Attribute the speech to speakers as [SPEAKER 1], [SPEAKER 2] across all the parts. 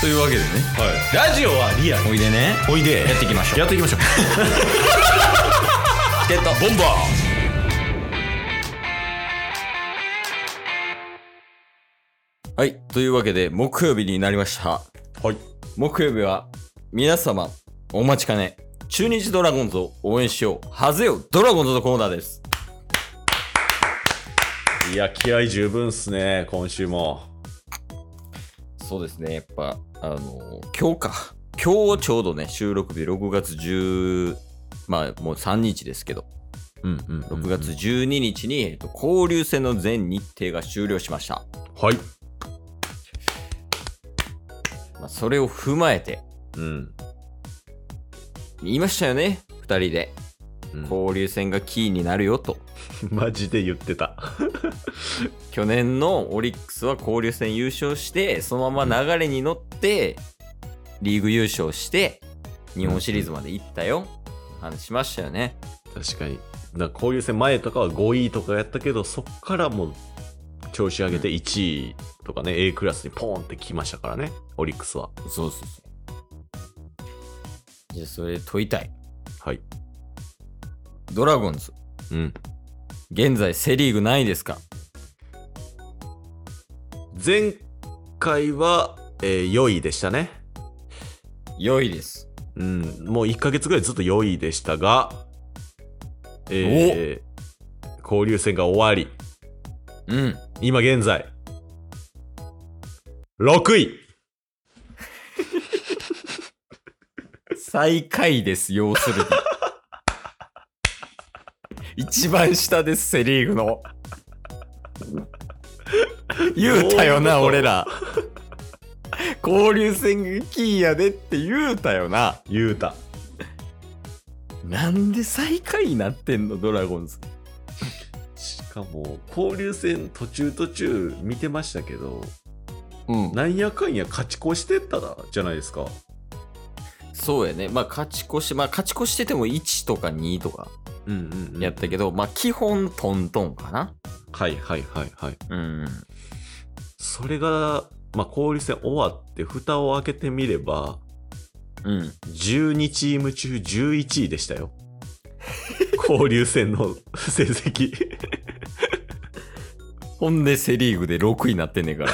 [SPEAKER 1] というわけでね
[SPEAKER 2] ラジオはリアル
[SPEAKER 1] おいでね
[SPEAKER 2] おいで
[SPEAKER 1] やっていきましょう
[SPEAKER 2] やっていきましょう
[SPEAKER 1] チケットボンバーはい。というわけで、木曜日になりました。
[SPEAKER 2] はい
[SPEAKER 1] 木曜日は、皆様、お待ちかね、中日ドラゴンズを応援しよう、ハゼよドラゴンズのコーナーです。
[SPEAKER 2] いや気合十分っすね今週も
[SPEAKER 1] そうですね、やっぱ、あのー今日か。今日ちょうどね、収録日、6月10、まあもう3日ですけど、
[SPEAKER 2] うんうんうん
[SPEAKER 1] 6月12日に、えっと、交流戦の全日程が終了しました。
[SPEAKER 2] はい
[SPEAKER 1] まあ、それを踏まえて、
[SPEAKER 2] うん
[SPEAKER 1] 言いましたよね、2人で。
[SPEAKER 2] うん
[SPEAKER 1] 交流戦がキーになるよと。
[SPEAKER 2] マジで言ってた
[SPEAKER 1] 去年のオリックスは交流戦優勝して、そのまま流れに乗って、リーグ優勝して、日本シリーズまで行ったよ。話しましたよね。
[SPEAKER 2] 確かにな交流戦前とかは5位とかやったけどそっからもう調子上げて1位とかね、A クラスにポーンって来ましたからねオリックスは
[SPEAKER 1] そうそうそう。じゃあ、それ問いたい。
[SPEAKER 2] はい
[SPEAKER 1] ドラゴンズ、
[SPEAKER 2] うん
[SPEAKER 1] 現在セ・リーグ何位ですか
[SPEAKER 2] 前回は、えー4位でしたね
[SPEAKER 1] ?4 位です。
[SPEAKER 2] うんもう1ヶ月ぐらいずっと4位でしたがえー交流戦が終わり
[SPEAKER 1] うん。
[SPEAKER 2] 今現在、6位
[SPEAKER 1] 最下位です、要するに。一番下です、セ・リーグの。言うたよな、
[SPEAKER 2] どうい
[SPEAKER 1] 俺
[SPEAKER 2] うこ
[SPEAKER 1] ら。交流戦がキーやでって言うたよな。
[SPEAKER 2] 言うた。
[SPEAKER 1] なんで最下位になってんの、ドラゴンズ。
[SPEAKER 2] しかも、交流戦途中途中見てましたけど、
[SPEAKER 1] うん
[SPEAKER 2] なんやかんや勝ち越してったじゃないですか。
[SPEAKER 1] そうやね。まあ、勝ち越し、まあ、勝ち越してても1とか2とか
[SPEAKER 2] うんうん、
[SPEAKER 1] やったけど、まあ、基本トントンかな。
[SPEAKER 2] はいはいはいはい。
[SPEAKER 1] うん。
[SPEAKER 2] それが、まあ、交流戦終わって、蓋を開けてみれば、
[SPEAKER 1] うん。
[SPEAKER 2] 12チーム中11位でしたよ。 交流戦の 成績。
[SPEAKER 1] ほんでセ・リーグで6位になってんね んから。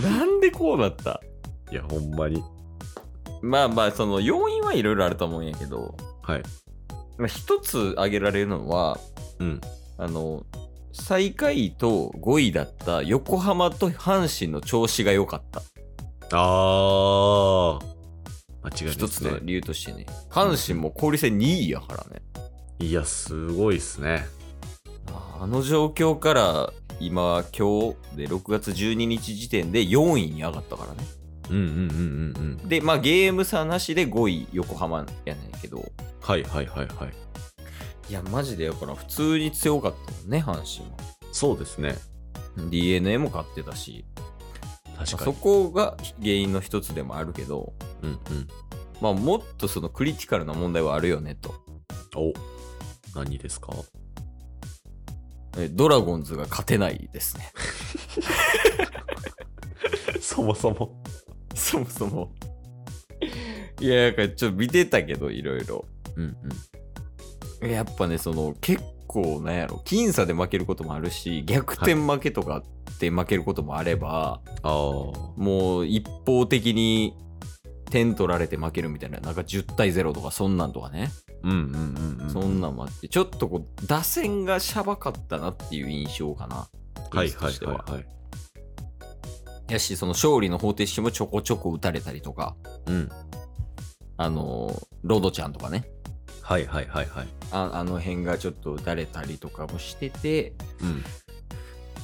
[SPEAKER 1] なんでこうなった
[SPEAKER 2] いや、ほんまに。
[SPEAKER 1] まあまあ、その要因はいろいろあると思うんやけど、
[SPEAKER 2] はい。
[SPEAKER 1] まあ、一つ挙げられるのは、
[SPEAKER 2] うん。
[SPEAKER 1] あの、最下位と5位だった横浜と阪神の調子が良かった。
[SPEAKER 2] あー。間違いない
[SPEAKER 1] 一
[SPEAKER 2] で
[SPEAKER 1] つ
[SPEAKER 2] すね。
[SPEAKER 1] の理由としてね。阪神も交流戦2位やからね。
[SPEAKER 2] いや、すごいっすね。
[SPEAKER 1] あの状況から今、今日で6月12日時点で4位に上がったからね。
[SPEAKER 2] うんうんうんうんうん。
[SPEAKER 1] で、まあゲーム差なしで5位横浜やねんけど、
[SPEAKER 2] はいはいはいはい。
[SPEAKER 1] いや、マジで、だから普通に強かったもんね、阪神
[SPEAKER 2] そうですね。
[SPEAKER 1] は。d n a も勝ってたし、ま
[SPEAKER 2] 確
[SPEAKER 1] あ
[SPEAKER 2] か
[SPEAKER 1] そ
[SPEAKER 2] に。
[SPEAKER 1] こが原因の一つでもあるけど、
[SPEAKER 2] うんうん。
[SPEAKER 1] まあ、もっとそのクリティカルな問題はあるよねと。
[SPEAKER 2] お何ですか
[SPEAKER 1] えドラゴンズが勝てないですね。
[SPEAKER 2] そもそも。
[SPEAKER 1] そもそも。いや、なんかちょっと見てたけど、いろいろ。
[SPEAKER 2] うんうん。
[SPEAKER 1] やっぱね、その結構、なんやろ、僅差で負けることもあるし、逆転負けとかで負けることもあれば、
[SPEAKER 2] ああ。
[SPEAKER 1] もう一方的に点取られて負けるみたいな、なんか10対0とかそんなんとかね、
[SPEAKER 2] うんうんうんうん。
[SPEAKER 1] そんなんもあって、ちょっとこう、打線がしゃばかったなっていう印象かな。
[SPEAKER 2] はい
[SPEAKER 1] イメージと
[SPEAKER 2] はい
[SPEAKER 1] して
[SPEAKER 2] はいはい。
[SPEAKER 1] やし、その勝利の方程式もちょこちょこ打たれたりとか、
[SPEAKER 2] うん。
[SPEAKER 1] あのー、ロドちゃんとかね、
[SPEAKER 2] はいはいはいはい。
[SPEAKER 1] ああの辺がちょっと打たれたりとかもしてて、
[SPEAKER 2] うん。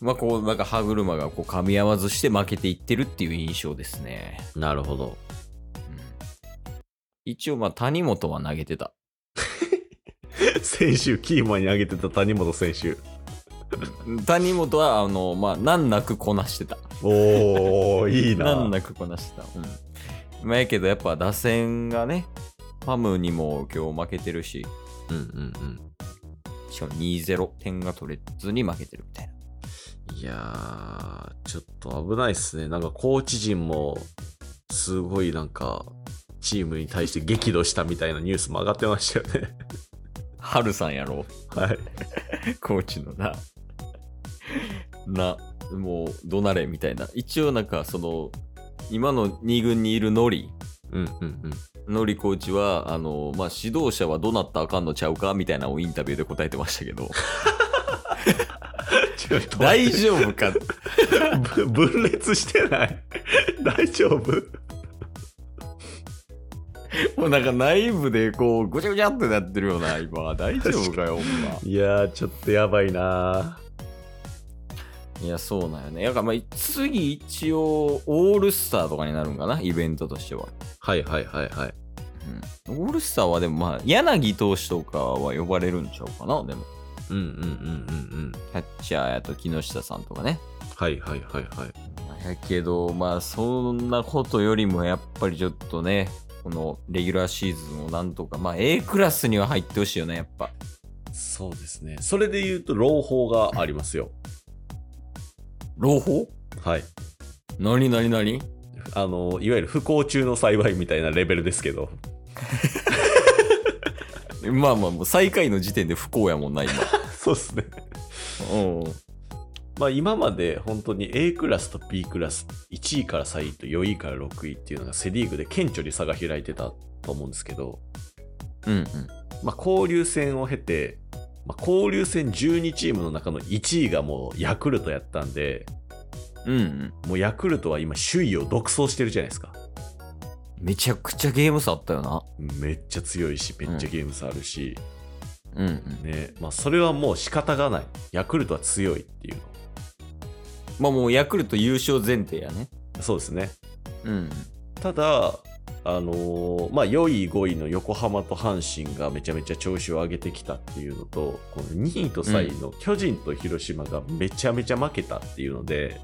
[SPEAKER 1] まあこう、なんか歯車がこう噛み合わずして負けていってるっていう印象ですね。
[SPEAKER 2] なるほど。
[SPEAKER 1] うん、一応、まあ谷本は投げてた。
[SPEAKER 2] 先週、キーマンに挙げてた谷本選手。
[SPEAKER 1] 谷本はあのまあ難なくこなしてた
[SPEAKER 2] おー、いいな。
[SPEAKER 1] 難なくこなしてたうんまあやけどやっぱ打線がねファムにも今日負けてるし
[SPEAKER 2] うんうんうん。
[SPEAKER 1] しかも2-0点が取れずに負けてるみたいない
[SPEAKER 2] いやー、ちょっと危ないっすね。なんかコーチ陣も、すごいなんか、チームに対して激怒したみたいなニュースも上がってましたよね。
[SPEAKER 1] ハルさんやろ
[SPEAKER 2] はい。
[SPEAKER 1] コーチのな。な、もう、どなれみたいな。一応なんか、その、今の2軍にいるノリ、
[SPEAKER 2] うんうんうん。
[SPEAKER 1] ノリコーチは、あの、まあ、指導者はどうなったらあかんのちゃうかみたいなのをインタビューで答えてましたけ ど、
[SPEAKER 2] ちょっと待
[SPEAKER 1] 大
[SPEAKER 2] って
[SPEAKER 1] 丈夫か
[SPEAKER 2] ぶ分裂してない 大丈夫
[SPEAKER 1] もうなんか内部でこう、ごちゃごちゃってなってるよな、今。大丈夫かよ、ほんま。
[SPEAKER 2] いやー、ちょっとやばいない
[SPEAKER 1] や、そうなんよね。だからまあ、次一応、オールスターとかになるんかな、イベントとしては。
[SPEAKER 2] はいはいはいはい。
[SPEAKER 1] うん、オールスターはでもまあ、柳投手とかは呼ばれるんちゃうかな、でも。
[SPEAKER 2] うんうんうんうんうん。
[SPEAKER 1] キャッチャーやと木下さんとかね。
[SPEAKER 2] はいはいはいはい。
[SPEAKER 1] やけど、まあ、そんなことよりも、やっぱりちょっとね、このレギュラーシーズンをなんとか、まあ、A クラスには入ってほしいよね、やっぱ。
[SPEAKER 2] そうですね。それで言うと、朗報がありますよ。
[SPEAKER 1] 朗報
[SPEAKER 2] はい。
[SPEAKER 1] なになになに
[SPEAKER 2] あの、いわゆる不幸中の幸いみたいなレベルですけど。
[SPEAKER 1] まあまあ、もう最下位の時点で不幸やもんな、今。
[SPEAKER 2] そうですね。
[SPEAKER 1] うん。
[SPEAKER 2] まあ今まで本当に A クラスと B クラス、1位から3位と4位から6位っていうのがセリーグで顕著に差が開いてたと思うんですけど、
[SPEAKER 1] うんうん。
[SPEAKER 2] まあ交流戦を経て、まあ、交流戦12チームの中の1位がもうヤクルトやったんで、
[SPEAKER 1] うんうん。
[SPEAKER 2] もうヤクルトは今首位を独走してるじゃないですか。
[SPEAKER 1] めちゃくちゃゲーム差あったよな。
[SPEAKER 2] めっちゃ強いし、めっちゃゲーム差あるし、
[SPEAKER 1] うんうん。
[SPEAKER 2] ね、まあそれはもう仕方がない。ヤクルトは強いっていう
[SPEAKER 1] まあもうヤクルト優勝前提やね。
[SPEAKER 2] の。そうですね。
[SPEAKER 1] うん。
[SPEAKER 2] ただ、あのーまあ、4位、5位の横浜と阪神がめちゃめちゃ調子を上げてきたっていうのと、この2位と3位の巨人と広島がめちゃめちゃ負けたっていうので、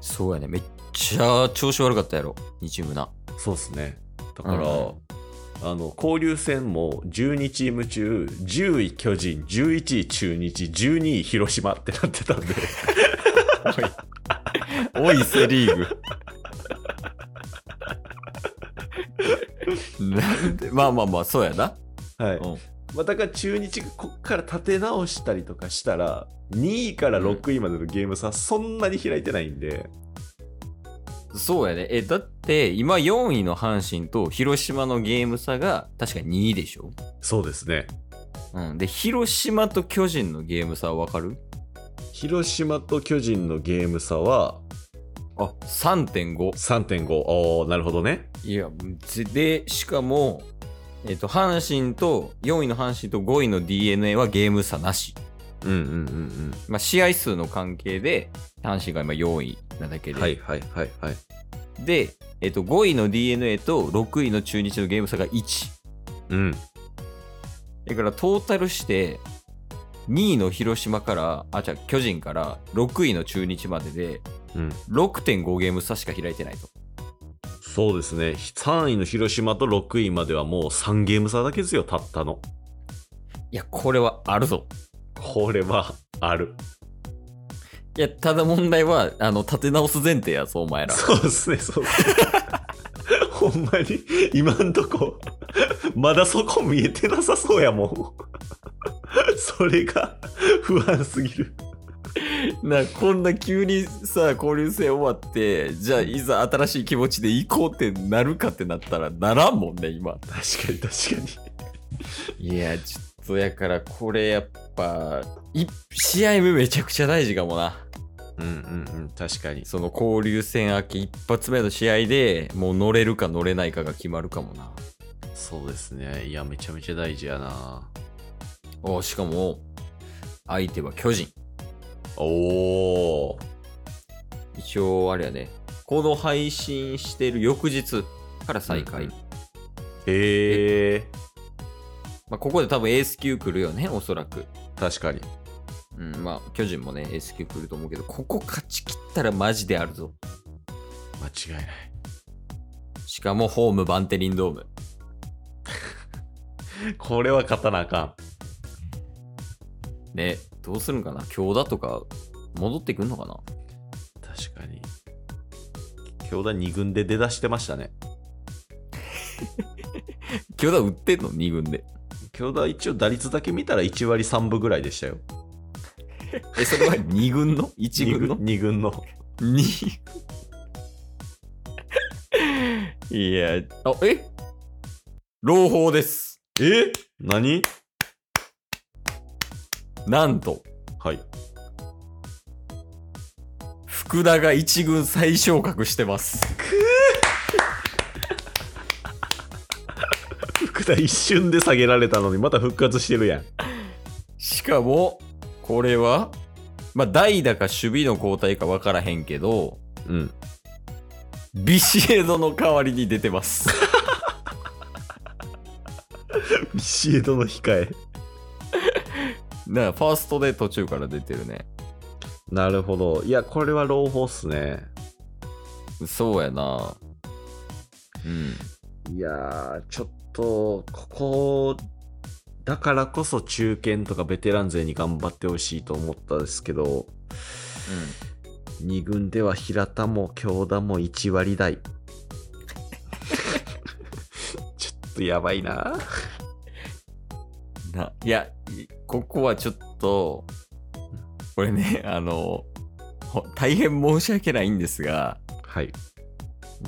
[SPEAKER 1] そうやね。めっちゃ調子悪かったやろ。2チームな。
[SPEAKER 2] そうですね。だから、
[SPEAKER 1] うん
[SPEAKER 2] あの交流戦も12チーム中10位巨人11位中日12位広島ってなってたんで
[SPEAKER 1] おい、セリーグ。なんで、まあまあまあ、そうやな。
[SPEAKER 2] はい、
[SPEAKER 1] うん
[SPEAKER 2] まあ、だから中日がこっから立て直したりとかしたら2位から6位までのゲーム差はそんなに開いてないんで、
[SPEAKER 1] そうやね。え、だって、今4位の阪神と広島のゲーム差が確か2位でしょ。
[SPEAKER 2] そうですね
[SPEAKER 1] うん。で、広島と巨人のゲーム差はわかる
[SPEAKER 2] 広島と巨人のゲーム差は
[SPEAKER 1] あ、3.5。
[SPEAKER 2] 3.5おーなるほどね
[SPEAKER 1] いや、ぜで、しかも、えっと、阪神と、4位の阪神と5位の d n a はゲーム差なし。
[SPEAKER 2] うんうんうん
[SPEAKER 1] まあ、試合数の関係で、阪神が今4位なだけで。
[SPEAKER 2] はいはいはいはい
[SPEAKER 1] で、えっと、5位の d n a と6位の中日のゲーム差が1。
[SPEAKER 2] うん
[SPEAKER 1] だから、トータルして、2位の広島から、あ、じゃあ巨人から6位の中日までで、
[SPEAKER 2] うん
[SPEAKER 1] 6.5ゲーム差しか開いてないと。
[SPEAKER 2] そうですね3位の広島と6位まではもう3ゲーム差だけですよたったの
[SPEAKER 1] いや、これはあるぞ。
[SPEAKER 2] これはある
[SPEAKER 1] いや、ただ問題は、あの、立て直す前提やぞ、お前ら。
[SPEAKER 2] そうですねそうですねほんまに今んとこまだそこ見えてなさそうやもんそれが不安すぎる
[SPEAKER 1] なこんな急にさ交流戦終わってじゃあいざ新しい気持ちで行こうってなるかってなったらならんもんね今
[SPEAKER 2] 確かに確かに
[SPEAKER 1] いやちょっとやからこれやっぱい試合目めちゃくちゃ大事かもな
[SPEAKER 2] うんうんうん確かに
[SPEAKER 1] その交流戦明け一発目の試合でもう乗れるか乗れないかが決まるかもな
[SPEAKER 2] そうですねいやめちゃめちゃ大事やな
[SPEAKER 1] おしかも相手は巨人
[SPEAKER 2] おお
[SPEAKER 1] 一応あれやねこの配信してる翌日から再開、
[SPEAKER 2] うんうんへえ
[SPEAKER 1] まあ、ここで多分エース級来るよねおそらく
[SPEAKER 2] 確かに
[SPEAKER 1] うん、まあ、巨人もね、S 級来ると思うけど、ここ勝ち切ったらマジであるぞ。
[SPEAKER 2] 間違いない
[SPEAKER 1] しかも、ホームバンテリンドーム。
[SPEAKER 2] これは勝たなあかん
[SPEAKER 1] ね、どうするんかな今日だとか、戻ってくんのかな
[SPEAKER 2] 確かに。京田2軍で出だしてましたね。
[SPEAKER 1] 京田売ってんの ?2 軍で。
[SPEAKER 2] 京田一応打率だけ見たら1割3分ぐらいでしたよ。
[SPEAKER 1] え、それは2軍の ?1 軍の
[SPEAKER 2] 2軍の。
[SPEAKER 1] にいや、あ、え朗報です。
[SPEAKER 2] え何
[SPEAKER 1] なんと、
[SPEAKER 2] はい。
[SPEAKER 1] 福田が一軍再昇格してます。
[SPEAKER 2] 福田一瞬で下げられたのにまた復活してるやん。
[SPEAKER 1] しかも、これは、まあ、代打か守備の交代か分からへんけど、
[SPEAKER 2] うん。
[SPEAKER 1] ビシエドの代わりに出てます。
[SPEAKER 2] ビシエドの控え。
[SPEAKER 1] なファーストで途中から出てるね。
[SPEAKER 2] なるほど。いや、これは朗報っすね。
[SPEAKER 1] そうやな。うん。
[SPEAKER 2] いやー、ちょっと、ここ、だからこそ中堅とかベテラン勢に頑張ってほしいと思ったんですけど、2軍では平田も京田も1割台。 ちょっとやばいな。
[SPEAKER 1] うん。ないや、いここはちょっと、これね、あの、ほ大変申し訳ないんですが、
[SPEAKER 2] はい。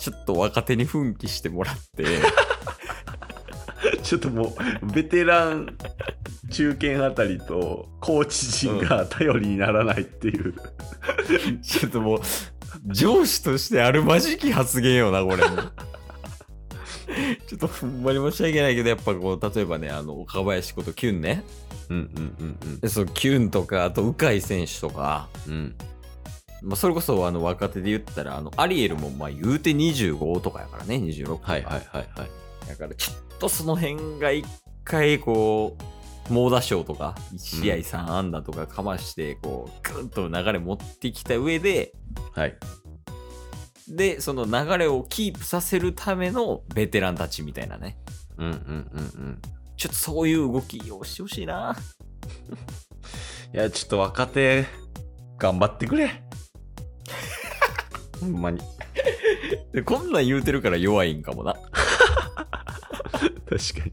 [SPEAKER 1] ちょっと若手に奮起してもらって、
[SPEAKER 2] ちょっともう、ベテラン、中堅あたりと、コーチ陣が頼りにならないって いう。
[SPEAKER 1] ちょっともう、上司としてあるまじき発言よな、これ も。ちょっとほんまに申し訳ないけど、やっぱこう、例えばね、あの、岡林ことキュンね。
[SPEAKER 2] うんうんうんうん
[SPEAKER 1] でそう、キュンとか、あと、鵜飼選手とか、
[SPEAKER 2] うん。
[SPEAKER 1] まあ、それこそあの若手で言ったらあのアリエルもまあ言うて25とかやからね26とか、
[SPEAKER 2] はいはいはいはい。
[SPEAKER 1] だからちょっとその辺が一回こう猛打賞とか1試合
[SPEAKER 2] うん
[SPEAKER 1] 3安打とかかましてこうグンと流れ持ってきた上で
[SPEAKER 2] はい。
[SPEAKER 1] でその流れをキープさせるためのベテランたちみたいなね
[SPEAKER 2] うんうんうんうん。
[SPEAKER 1] ちょっとそういう動きをしてほしいない
[SPEAKER 2] や、ちょっと若手、頑張って くれ。ほんまに。
[SPEAKER 1] でこんなん言うてるから弱いんかもな
[SPEAKER 2] 確かに。